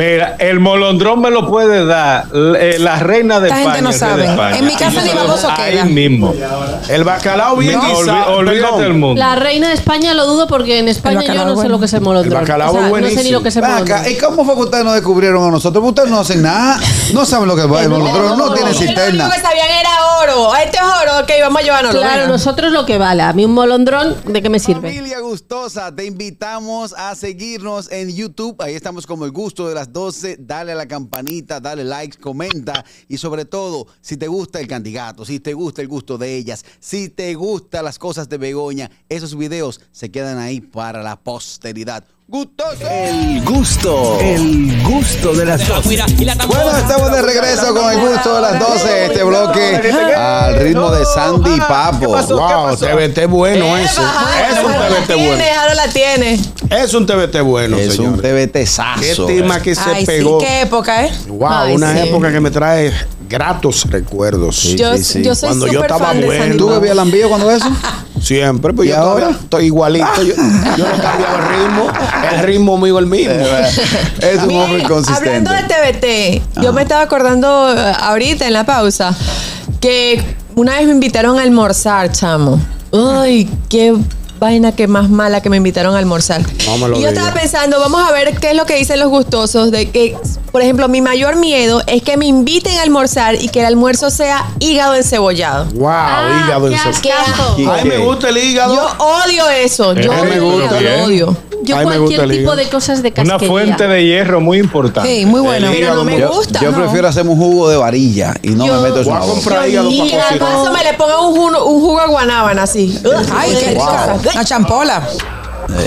Mira, el molondrón me lo puede dar eh, la reina de Esta España. gente no el rey sabe. de España. En mi casa ni baboso Ahí queda. mismo. El bacalao bien Olvi- guisado. olvídate perdón. del mundo. La reina de España lo dudo porque en España yo bacalao no es sé bueno. eh, lo que es el molondrón. El bacalao O sea, es No sé ni buenísimo. lo que es el Ven molondrón. acá, ¿y cómo fue que ustedes no descubrieron a nosotros? Ustedes no hacen nada, no saben lo que va, nosotros no tienen Lo cisterna. único que sabían era oro. Este es oro, ok, vamos a llevárnoslo. Claro, venga. nosotros lo que vale. A mí un molondrón, ¿de qué me sirve? Familia gustosa, te invitamos a seguirnos en YouTube. Ahí estamos como el gusto de las 12. Dale a la campanita, dale like, comenta. Y sobre todo, si te gusta el candidato, si te gusta el gusto de ellas, si te gustan las cosas de Begoña, esos videos se quedan ahí para la posteridad. ¡Gustoso! El gusto, el gusto de las doce. Bueno, estamos de regreso con el gusto de las 12. Este bloque al ritmo de Sandy y Papo. Wow, este TBT bueno ese. pues, Ajá, Es un ahora la TBT este bueno. tiene, ahora la tiene. Es un TBT bueno, Es un señor. Qué TBTazo. tema que se Ay, pegó. sí, qué época, ¿eh? Wow, Ay, una sí. época que me trae gratos recuerdos. Yo, sí, sí. yo soy Cuando yo súper estaba fan de bueno. Sandy ¿Tú Pau. bebías lambido cuando eso? Siempre, pues ¿Y yo todavía ahora? estoy igualito. Yo, yo no cambiaba el ritmo. El ritmo mío el mismo. Es un hombre Miren, consistente. Hablando de TBT, yo me estaba acordando eh, ahorita en la pausa que una vez me invitaron a almorzar, chamo. Ay, qué vaina que más mala que me invitaron a almorzar. No me lo y yo digas. estaba pensando, vamos a ver qué es lo que dicen los gustosos de que, por ejemplo, mi mayor miedo es que me inviten a almorzar y que el almuerzo sea hígado encebollado. Wow, hígado Ah, qué ensofado. asco. A mí me gusta el hígado. Yo odio eso. Yo A mí me odio, gusta, ¿eh? lo odio. Yo Ay, me gusta cualquier el tipo hígado. de cosas de casquería. Una fuente de hierro muy importante. Sí, muy bueno. Pero no me Yo- gusta. Yo, no. prefiero hacerme un jugo de varilla y no Yo- me meto eso. Voy a comprar hígado Y para al cocinar. paso me le ponga un, jugo- un jugo de guanábana así. Ay, qué rica. Una champola.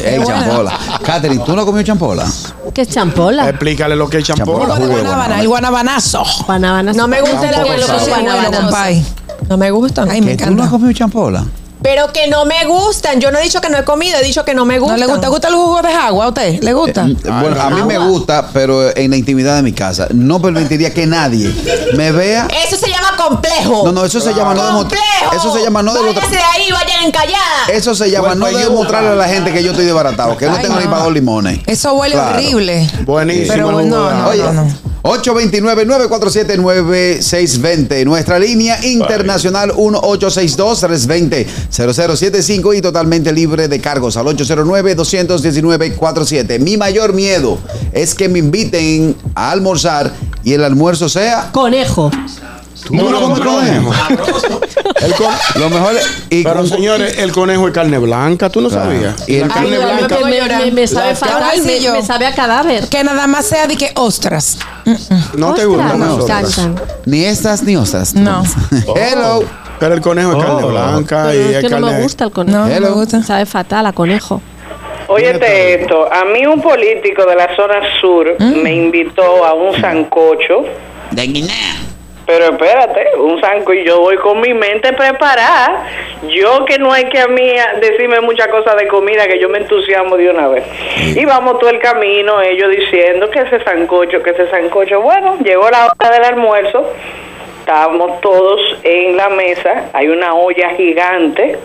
Ey, Eh, champola. Catherine, ¿tú no comió champola? ¿Qué es champola? Explícale lo que es Champola, champola. jugo de Guanabana, guanábana. el guanabanazo. Guanabanas. No me gusta la Tampoco guanábana. sabe. Eso es bueno, compadre. No Eh, me gustan. Ay, me ¿Que ¿Tú no has encanta. comido champola? Pero que no me gustan. Yo no he dicho que no he comido, he dicho que no me ¿No gustan. Eh, le gusta? ¿Gusta el jugo de agua a usted? ¿Le gusta? Mm, Bueno, a mí me gusta, pero en la intimidad de mi casa. No permitiría que nadie me vea. Eso se llama complejo. No, no, eso se llama no demostrar. complejo. Eso se llama no Váyase demostrar. de ahí, vayan encallada. Eso se Pues, llama no demostrarle a la gente que yo estoy desbaratado, que no Ay, tengo ni no. para dos limones. Eso huele Claro. horrible. Buenísimo. Pero el bueno, jugo de no, ajo. Oye, no, no. 829-947-9620. Nuestra línea internacional 1862-320-0075 y totalmente libre de cargos al 809-219-47. Mi mayor miedo es que me inviten a almorzar y el almuerzo sea. Conejo. ¿Tú no lo compras? el co- lo mejor. es- y Pero con- señores, el conejo es carne blanca, tú no Claro. sabías. Y el la Ay, carne no, blanca. me, me- me- me sabe fatal, me, Carnecillo. me sabe a cadáver. Que nada más sea de que ostras. No te Ostras, gusta me nosotras. encantan. Ni estas ni ostras. No. Hello. Pero el conejo es carne Oh. blanca y Pero es es que no carne. me gusta el conejo. No, no me Hello. gusta. Sabe fatal a conejo. Óyete esto, a mí un político de la zona sur me invitó a un sancocho. De Pero espérate, un sanco y yo voy con mi mente preparada. Yo que no hay que a mí a- decirme muchas cosas de comida, que yo me entusiasmo de una vez. Y vamos todo el camino, ellos diciendo que ese sancocho, que ese sancocho. Bueno, llegó la hora del almuerzo, estábamos todos en la mesa, hay una olla gigante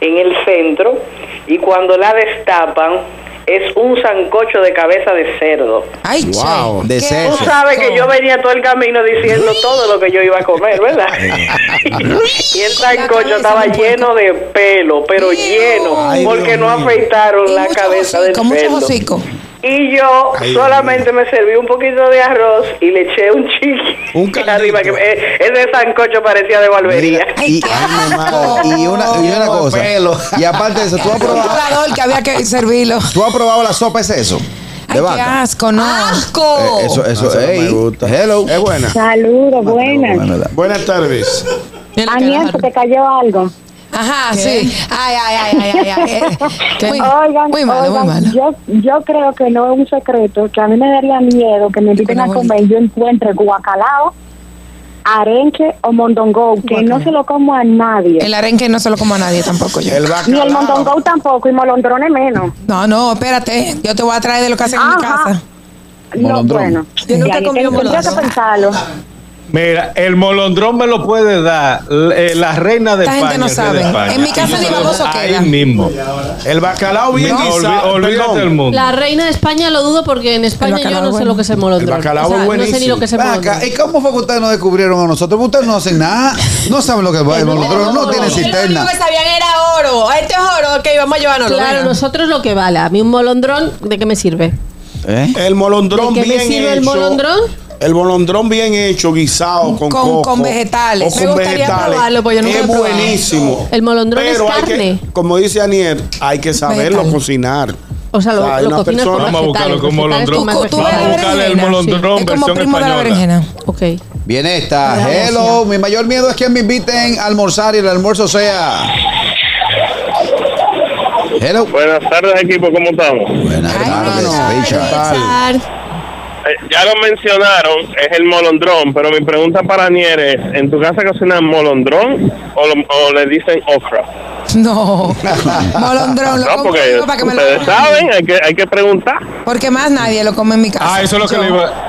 en el centro, y cuando la destapan, es un sancocho de cabeza de cerdo. Ay, Wow. che. De Qué cerdo. Tú asco. sabes que yo venía todo el camino diciendo todo lo que yo iba a comer, ¿verdad? y el cabeza sancocho estaba del puerco. lleno de pelo, pero Dios. lleno, Ay, porque Dios no mío. afeitaron Y la mucho cabeza del hocico, mucho cerdo. hocico. Y yo Ay, solamente me serví un poquito de arroz y le eché un chiqui Un caldito. arriba. Que, eh, ese sancocho parecía de barbería. Mira, y, Ay, qué y una, y una Lleno de cosa. pelo. Y aparte de eso, tú has Un probado, jugador que había que servirlo. tú has probado la sopa, es eso. Ay, de qué vaca. asco, no. Eh, eso, Eso eso, no ey, me gusta. Hello. Es buena. Saludos, buenas. Cómemela. Buenas tardes. Aniel, se te cayó algo. Ajá, sí. Ay, ay, ay, ay, ay, ay. Qué- Muy, Oigan, muy malo, oigan, muy malo. Yo, yo creo que no es un secreto, que a mí me daría miedo que me inviten Una a bolita. comer y yo encuentre guacalao, arenque o mondongo, que no se lo como a nadie. El arenque no se lo como a nadie tampoco yo. El Ni el bacalao. mondongo tampoco, y molondrones menos. No, no, espérate. Yo te voy a traer de lo que hacen en mi Ajá. casa. No, Molondrón. bueno. Yo nunca Ya, he comido tendría que molondrón. pensarlo. Mira, el molondrón me lo puede dar eh, la reina de Esta España. gente no el rey de sabe. España. En mi casa Yo ni se lo- baboso Ahí queda. mismo. El bacalao bien Olvi- guisado. olvídate perdón. del mundo. La reina de España lo dudo porque en España yo bacalao no sé bueno. lo que es el molondrón. El bacalao O sea, es no sé ni buenísimo. lo que es el Ven acá, molondrón. ¿y cómo fue que ustedes no descubrieron a nosotros? Ustedes no hacen nada, no saben lo que es el molondrón, no tienen Lo único cisterna. que sabían era oro. Este es oro, ok, vamos a llevarnos. Claro, nosotros lo que vale. A mí un molondrón, ¿de qué me sirve? ¿Eh? El molondrón ¿De qué me bien sirve hecho. el molondrón? El molondrón bien hecho, guisado, con Con- coco, con vegetales. O Me con gustaría vegetales. probarlo, porque yo nunca es lo he probado. buenísimo. El molondrón Pero es hay que- carne. como dice Aniel, hay que saberlo Vegetales. cocinar. O sea, lo- lo una cocinas con persona- más- Vamos a buscarlo Vegetales, como molondrón. vegetales, Tú- tú Vamos ves a la buscarle el berenjena, molondrón Es como versión primo de la española. berenjena. Ok. Viene esta. Hello, mi mayor miedo es que me inviten a almorzar y el almuerzo sea. Hello. Buenas tardes, equipo, ¿cómo estamos? Buenas tardes, Richard. Eh, ya lo mencionaron, es el molondrón, pero mi pregunta para Anier es, ¿en tu casa cocinan molondrón o, lo- o le dicen okra? No. Molondrón, lo No, compro porque yo para que me lo ustedes hagan. saben, hay que, hay que preguntar. Porque más nadie lo come en mi casa. Ah, eso es lo que Yo. le iba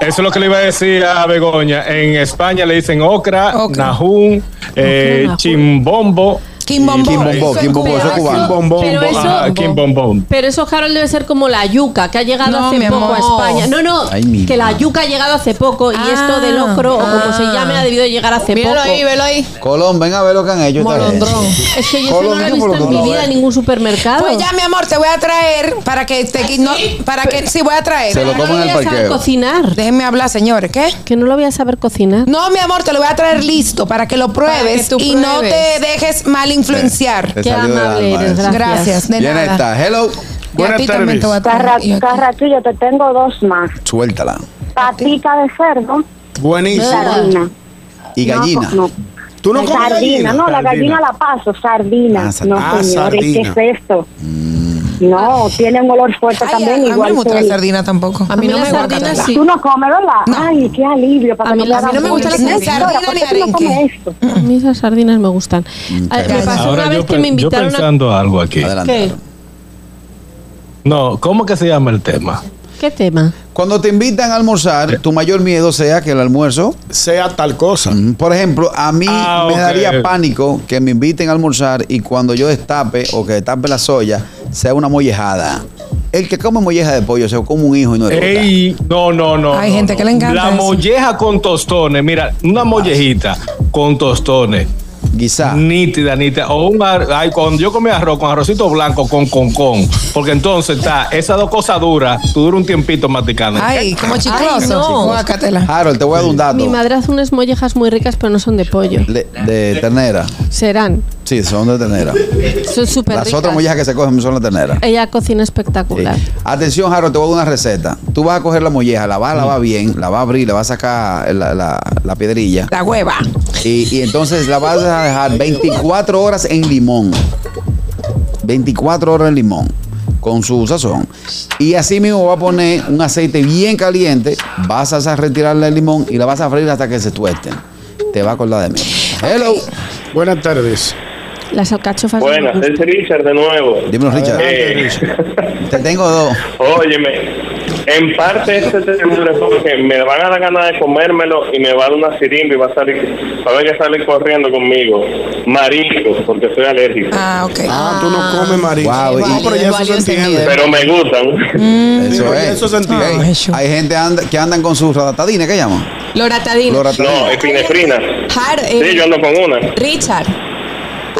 eso es lo que le iba a decir a Begoña. En España le dicen okra, Okra. najún, eh, najún. chimbombo. Quimbombó. Quimbombó, quimbombó, eso es Pero cubano. eso- pero Bombo, ajá, eso- quimbombón. Pero eso, Harold, debe ser como la yuca que ha llegado No, hace mi poco a amor. España. No, no, Ay, mi que la madre. yuca ha llegado hace poco y esto del ocro, o como se llame, ha debido llegar hace Míralo poco. ahí, velo ahí. Colón, ven a ver lo que han hecho. esta Molondrón. gente. Es que yo eso no lo he Colombiano, visto en mi molondrón, vida eh. en ningún supermercado. Pues ya, mi amor, te voy a traer para que te no, para que sí voy a traer. Se lo Que no comen en el voy a saber parqueo. cocinar. Déjenme hablar, señores, ¿qué? Que no lo voy a saber cocinar. No, mi amor, te lo voy a traer listo para que lo pruebes tú y no pruebes. te dejes mal influenciar. Te Qué salió del amable alma eres, eso. Gracias, de Viene nada. esta. Hello. Y a ti también te voy a traer. Carra- Y a ti. Carraquillo, te tengo dos más. Suéltala. Patica de cerdo, Buenísimo. sardina. Y gallina. No, no. ¿Tú no comes sardina, gallina? no, la gallina la paso, sardina. Ah, sardina. no, Ah, señores, sardina. ¿qué es esto? No, tiene un olor fuerte Ay, a- también, a mí no me igual gusta que la el- sardina tampoco. A mí las sardinas sí. Tú no comes, ¿verdad? Ay, qué alivio. Para A que mí- te a mí hagan no me bullying. gusta la Doctora, sardina ¿por ni qué tú no arenque. comes esto? A mí esas sardinas me gustan. Mm, Ah, me gracias. pasó una Ahora vez yo, que pe- me yo invitaron a... pensando algo aquí. Adelante. ¿Qué? No, ¿cómo que se llama el tema? ¿Qué tema? Cuando te invitan a almorzar, tu mayor miedo sea que el almuerzo. Sea tal cosa. Mm, Por ejemplo, a mí Ah, me ok. daría pánico que me inviten a almorzar y cuando yo destape o que destape la soya, sea una mollejada. El que come molleja de pollo se come un hijo y no es Ey, no, no, no. Hay no, gente no. que le encanta La eso. molleja con tostones, mira, una mollejita con tostones. Quizá. Nítida, nítida. O un ar- ay, cuando yo comía arroz con arrocito blanco con con con. Porque entonces está, esas dos cosas duras, tú duras un tiempito masticando. Ay, como chicloso. Ay, no. Guácatela. Harold, te voy a dar un Mi dato. madre hace unas mollejas muy ricas, pero no son de pollo. Le- de ternera. Serán. Sí, son de ternera. Son súper Las ricas. otras mollejas que se cogen son de ternera. Ella cocina espectacular. Sí. Atención, Harold, te voy a dar una receta. Tú vas a coger la molleja, la vas a lavar bien, la vas a abrir, la vas a sacar eh, la, la- la piedrilla. La hueva. Y, y entonces la vas a dejar 24 horas en limón. 24 horas en limón. Con su sazón. Y así mismo va a poner un aceite bien caliente. Vas a retirarle el limón y la vas a freír hasta que se tuesten. Te va a acordar de mí. Hello. Buenas tardes. Las alcachofas. no me Buenas, gustan. es Richard de nuevo. Dímelo, Richard. Eh, Te tengo dos. Óyeme, en parte este temor es porque me van a dar ganas de comérmelo y me va a dar una sirimba y va a salir, va a haber que salir corriendo conmigo. Mariscos, porque soy alérgico. Ah, ok. Ah, tú no comes marisco. Guau, y- no, pero ya eso Valió se ese entiende. nivel. Pero me gustan. Eso Pero es. eso se entiende. Ey, Ay, yo- hay gente anda- que andan con sus ratatadines. ¿Qué llaman? Loratadina. Loratadines. No, epinefrina. Har- eh, Sí, yo ando con una. Richard,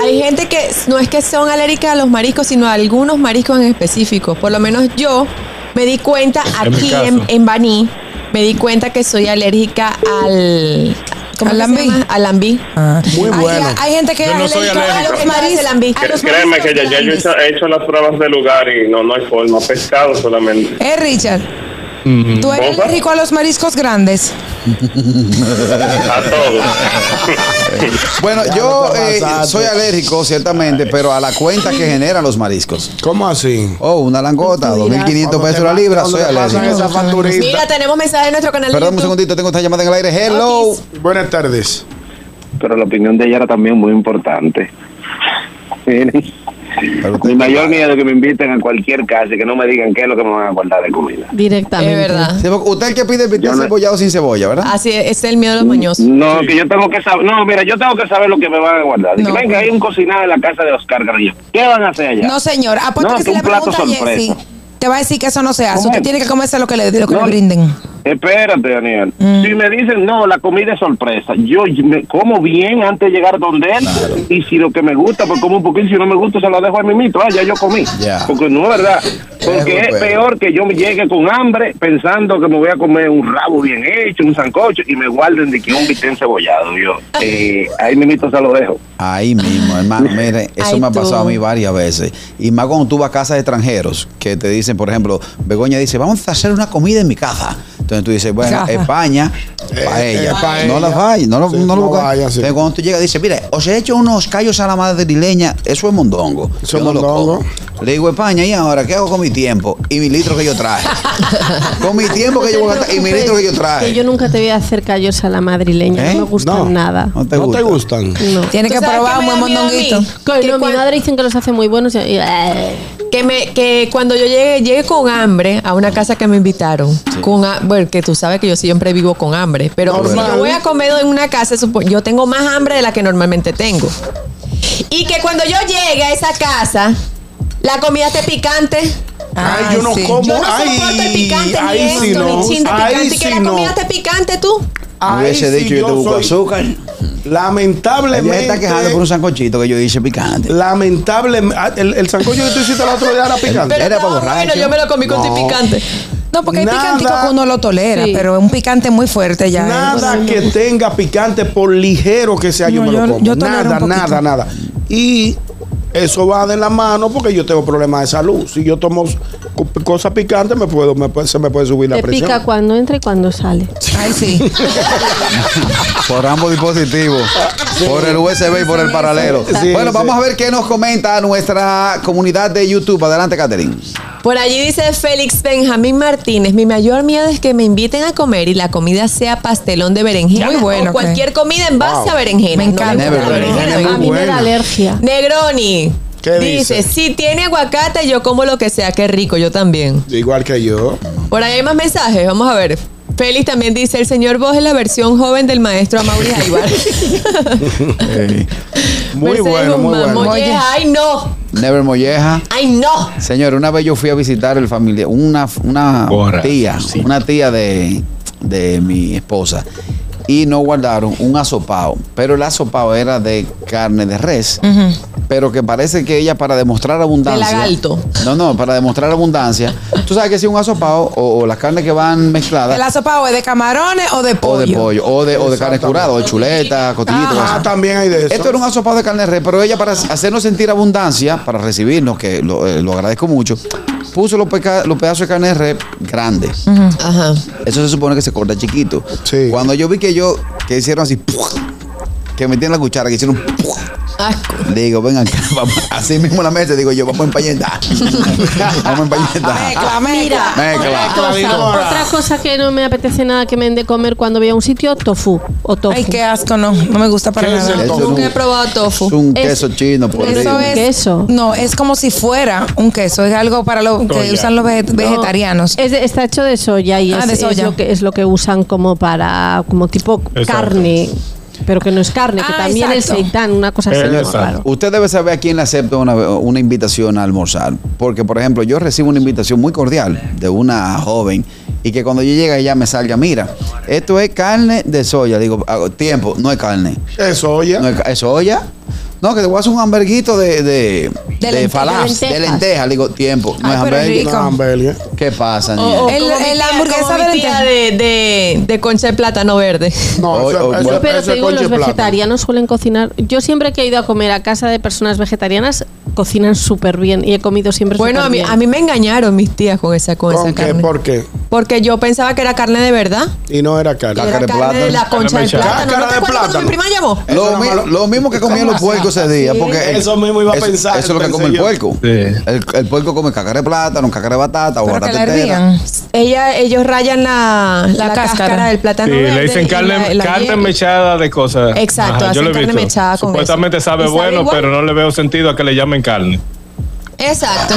hay gente que no es que son alérgicas a los mariscos, sino a algunos mariscos en específico. Por lo menos yo me di cuenta mi aquí caso. en, en Baní, me di cuenta que soy alérgica al... ¿Cómo ¿Al que se lambí? llama? Al lambí. Muy Hay- bueno. Hay, gente que Yo no es soy alérgica alérgico. a los maris, Al lambí. a los Créeme mariscos que ya, ya yo he grandes. hecho, he hecho las pruebas de lugar y no, no hay forma. Pescado solamente. Eh, Richard, Mm. tú eres Opa. rico a los mariscos grandes. A todos. Bueno, Ya yo no te eh, avanzaste. soy alérgico, ciertamente, pero a la cuenta que generan los mariscos. ¿Cómo así? Oh, una langota, 2.500 pesos la libra, soy alérgico. esa facturita. Mira, tenemos mensaje en nuestro canal de Perdón un YouTube. segundito, tengo esta llamada en el aire. Hello. Buenas tardes. pero la opinión de ella era también muy importante. Miren, Mi Eh, mayor miedo es que me inviten a cualquier casa y que no me digan qué es lo que me van a guardar de comida. Directamente. Es verdad. Usted el que pide Yo pitel no- cebollado sin cebolla, ¿verdad? Así es, este es el miedo de los moñosos. No, que yo tengo que saber. No, mira, yo tengo que saber lo que me van a guardar. Dice, No. venga, hay un cocinado en la casa de Oscar Grillo. ¿Qué van a hacer allá? No, señor. Apuesto No, que que si un le plato pregunta a Jessy, sorpresa. te va a decir que eso no se hace. ¿Cómo Usted es? tiene que comerse lo que le, lo que No. le brinden. Espérate, Daniel. Mm. Si me dicen, no, la comida es sorpresa, yo me como bien antes de llegar donde él. Y si lo que me gusta, pues como un poquito. Si no me gusta, se lo dejo a mi mito. Ah, ya yo comí. Ya. Porque no es verdad. Porque Es es, lo peor. peor que yo me llegue con hambre pensando que me voy a comer un rabo bien hecho, un sancocho, y me guarden de que un vitén cebollado. Yo, eh, ahí mi mito se lo dejo. Ahí mismo, hermano. Mire, eso Ay, me ha tú. pasado a mí varias veces. Y más cuando tú vas a casas de extranjeros que te dicen, por ejemplo, Begoña dice, vamos a hacer una comida en mi casa. Entonces tú dices, bueno, Ajá. España, paella. eh, paella. No la vayas, no lo, Sí, no lo no buscas. vaya, sí. Entonces cuando tú llegas, dices, mire, os he hecho unos callos a la madrileña. Eso es mondongo. Eso Yo es no lo mondongo. como. Le digo, España, ¿y ahora qué hago con mi tiempo? Y mi litro que yo traje. con mi tiempo que yo voy a gastar y mi litro que yo traje. Que yo nunca te voy a hacer callos a la madrileña. ¿Eh? No me gustan No. nada. No te ¿No te gusta. gustan? No. Tiene ¿Tú que sabes probar qué un me buen da miedo a mondonguito. mí? Que Que no, mi cuan- madre dicen que los hace muy buenos. y- eh, y- Que, me, que cuando yo llegue, llegue con hambre a una casa que me invitaron. Con, ha- bueno, que tú sabes que yo siempre vivo con hambre. Pero Normal. si yo voy a comer en una casa, supo- yo tengo más hambre de la que normalmente tengo. Y que cuando yo llegue a esa casa, la comida esté picante. Ay, yo no sí. como. Yo no ay, soporto el picante, ahí ni esto, sí no. ni chin de ahí picante. Y que sí la comida no. esté picante, tú. Ahí Hubiese sí dicho, yo, te busco soy- azúcar. Ella Lamentablemente. se está quejando por un sancochito que yo hice picante. Lamentablemente. ah, El, el sancocho que tú hiciste el otro día era picante. Pero Era pa' estaba borracho. Bueno, yo me lo comí con No. ti picante. No, porque hay Nada. picantico que uno lo tolera, Sí. pero es un picante muy fuerte ya. ¿eh? Nada que tenga picante, por ligero que sea, yo No, me lo yo- como. yo tolero nada, un poquito. nada, nada. Y eso va de la mano porque yo tengo problemas de salud. Si yo tomo co- cosas picantes, me puedo, me puede- se me puede subir la te presión. pica cuando entra y cuando sale. Ay, sí. Por ambos dispositivos, por el USB y por el paralelo. Sí, bueno, sí. vamos a ver qué nos comenta nuestra comunidad de YouTube. Adelante, Catherine. Por allí dice Félix Benjamín Martínez, mi mayor miedo es que me inviten a comer y la comida sea pastelón de berenjena Muy bueno, o ok. cualquier comida en base Wow. a berenjena. Me No encanta. le gusta la Never berenjena. mind. A mí me buena. da alergia. Negroni ¿Qué dice, dice? si tiene aguacate yo como lo que sea, qué rico, yo también. Igual que yo. Por ahí hay más mensajes, vamos a ver. Félix también dice, el señor Vos es la versión joven del maestro Amaury Aybar. Muy bueno, muy Mercedes Guzmán, bueno. Molleja, Oye. ay no, Never Molleja. ay no. Señor, una vez yo fui a visitar el familia, una, una Ahora, tía, sí. una tía de, de mi esposa, y no guardaron un asopao, pero el asopao era de carne de res, pero que parece que ella para demostrar abundancia... lagarto. No, no, para demostrar abundancia. Tú sabes que si un asopao o, o las carnes que van mezcladas... ¿El asopado es de camarones o de o pollo? de pollo, o de, o de carne curada, o de chuleta, cotillita. Ah, cosas. también hay de eso. Esto era un asopado de carne de res, pero ella para hacernos sentir abundancia, para recibirnos, que lo, eh, lo agradezco mucho, puso los, peca- los pedazos de carne de res grandes. Ajá. Eso se supone que se corta chiquito. Sí. Cuando yo vi que yo, que hicieron así, que metieron la cuchara, que hicieron... Asco. Digo, vengan, acá, vamos. así mismo la mesa, digo yo, vamos a empañetar. vamos a empañetar. Mezcla, mezcla. Mira, Mezcla. otra cosa, Mezcla. otra cosa que no me apetece nada que me den de comer cuando voy a un sitio, tofu o tofu. Ay, qué asco, no. No me gusta para ¿Qué es nada. el Eso tofu? Nunca he probado Es tofu. un Es- queso chino, por Eso ¿Un es. queso? No, es como si fuera un queso. Es algo para lo que usan los veget- vegetarianos. Es de- está hecho de soya y Ah, es, de es soya. lo que es lo que usan como para como tipo carne, pero que no es carne, que Ah, también exacto. es seitán, una cosa Eh, así. Señor, ¿no? Claro. usted debe saber a quién le acepta una, una invitación a almorzar. Porque, por ejemplo, yo recibo una invitación muy cordial de una joven y que cuando yo llegue ella me salga, mira, esto es carne de soya. Digo, "Ah, tiempo, no es carne. Eso, oye. No es, ca- es soya. No, que te voy a hacer un hamburguito de, de, De de lente- falafel, de de lentejas. lenteja. Digo, tiempo, no Ay, es pero es hamburguito. rico. Oh, Una hamburguesa. ¿Qué pasa, niña? O- o El- como mi el tía- hamburguesa como mi de tía lenteja. de, de, de concha de plátano verde. No, Hoy- eso, hoy- Bueno, eso- Sí, pero eso te es digo, concha los de plátano. vegetarianos suelen cocinar. Yo siempre que he ido a comer a casa de personas vegetarianas, cocinan súper bien y he comido siempre Bueno, a mí, superbién. a mí me engañaron mis tías con esa, con ¿Con esa qué? carne. ¿Por qué? Porque yo pensaba que era carne de verdad. Y no era Y carne. era Cáscara de carne de plátano. la concha de Cáscara plátano. ¿No de te acuerdas cuando plátano. mi prima llamó? Eso Lo, era mi- malo. lo mismo que comían los puercos ese día. Porque el- Eso mismo iba a Eso pensar, es lo que pensé come el yo. puerco. Sí. El, el puerco come cacara de plátano, cacara de batata o Pero que la batata entera. hervían. Ella, ellos rayan la, la, La cáscara. cáscara del plátano. Sí, verde le dicen y carne, la- la carne hierven. mechada de cosas. Exacto, Ajá, hacen carne mechada con Supuestamente eso. sabe ¿Y sabe bueno, igual? pero no le veo sentido a que le llamen carne. Exacto.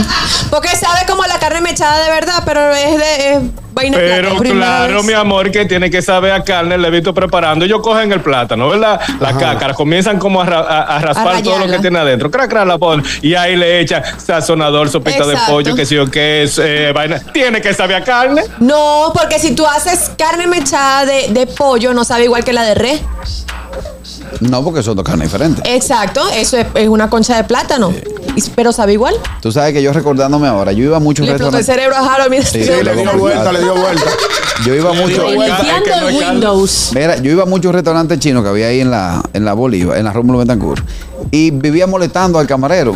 Porque sabe como la carne mechada de verdad, pero es de es vaina Pero plata. Primera claro, vez. mi amor, que tiene que saber a carne, le he visto preparando. Ellos cogen el plátano, ¿verdad? La cácara, comienzan como a, ra- a- a raspar todo lo rallarla. que tiene adentro. Cra, cra, la ponen. Y ahí le echan sazonador, sopita de Exacto. pollo, que sé yo qué es, eh, vaina. Tiene que saber a carne. No, porque si tú haces carne mechada de, de pollo, no sabe igual que la de res. No, porque son dos carnes diferentes. Exacto, eso es, es una concha de plátano. Y- Pero sabe igual. Tú sabes que yo recordándome ahora, yo iba a muchos Le explotó el restaurantes. cerebro a Harold. mira. Sí, le dio vuelta, le dio vuelta. Yo iba a muchos. Reiniciando el Windows. Mira, yo iba a muchos restaurantes chinos que había ahí en la, en la Bolívar, en la Rómulo Betancourt. Y vivía molestando al camarero.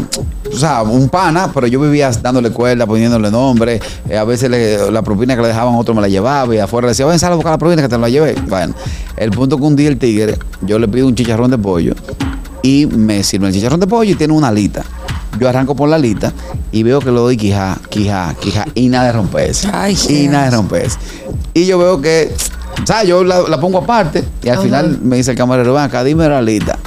O sea, un pana, pero yo vivía dándole cuerda, poniéndole nombre. Eh, a veces le- la propina que le dejaban otro me la llevaba y afuera le decía, ven, sal a buscar la propina que te la llevé. Bueno, el punto que un día el tigre, yo le pido un chicharrón de pollo y me sirve el chicharrón de pollo y tiene una alita. Yo arranco por la alita y veo que lo doy quijá, quijá, quijá y nada de romperse. y nada de romperse. Y yo veo que, ¿sabes? Yo la, la pongo aparte y al Ajá. final me dice el camarero, ven acá, dime la alita.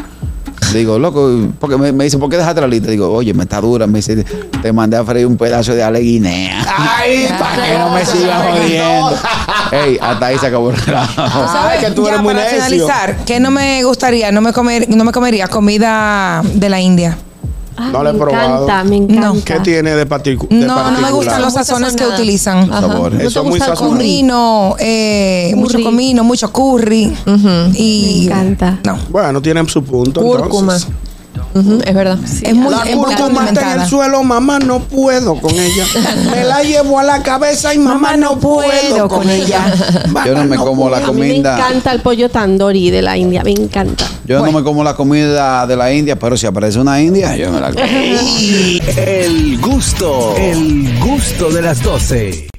Digo, loco, porque me, me dice, ¿por qué dejaste la alita? Digo, oye, me está dura. Me dice, te mandé a freír un pedazo de ale guinea. Ay, para que no me sigas jodiendo. Ey, hasta ahí se acabó el relajo. ¿Sabes? Ya, para finalizar, ¿qué no me gustaría? No me, comer, no me comería comida de la India. Ah, No lo he me probado. encanta, me encanta. No. ¿Qué tiene de, particu- de No, no me gustan los sazones que utilizan. Los sabores. eh. ¿No te Son muy gusta el sazonados. curry? Comino, eh, mucho comino, mucho curry. y me encanta. No. Bueno, tienen su punto. Cúrcuma. entonces. es verdad. es muy, la es muy cúrcuma está en condimentada. el suelo, mamá, no puedo con ella. Me la llevo a la cabeza y mamá, no puedo con ella. Yo no me como la A mí me comida. encanta el pollo tandoori de la India, me encanta. Yo no me como la comida de la India, pero si aparece una India, yo me la como. El gusto, el gusto de las 12.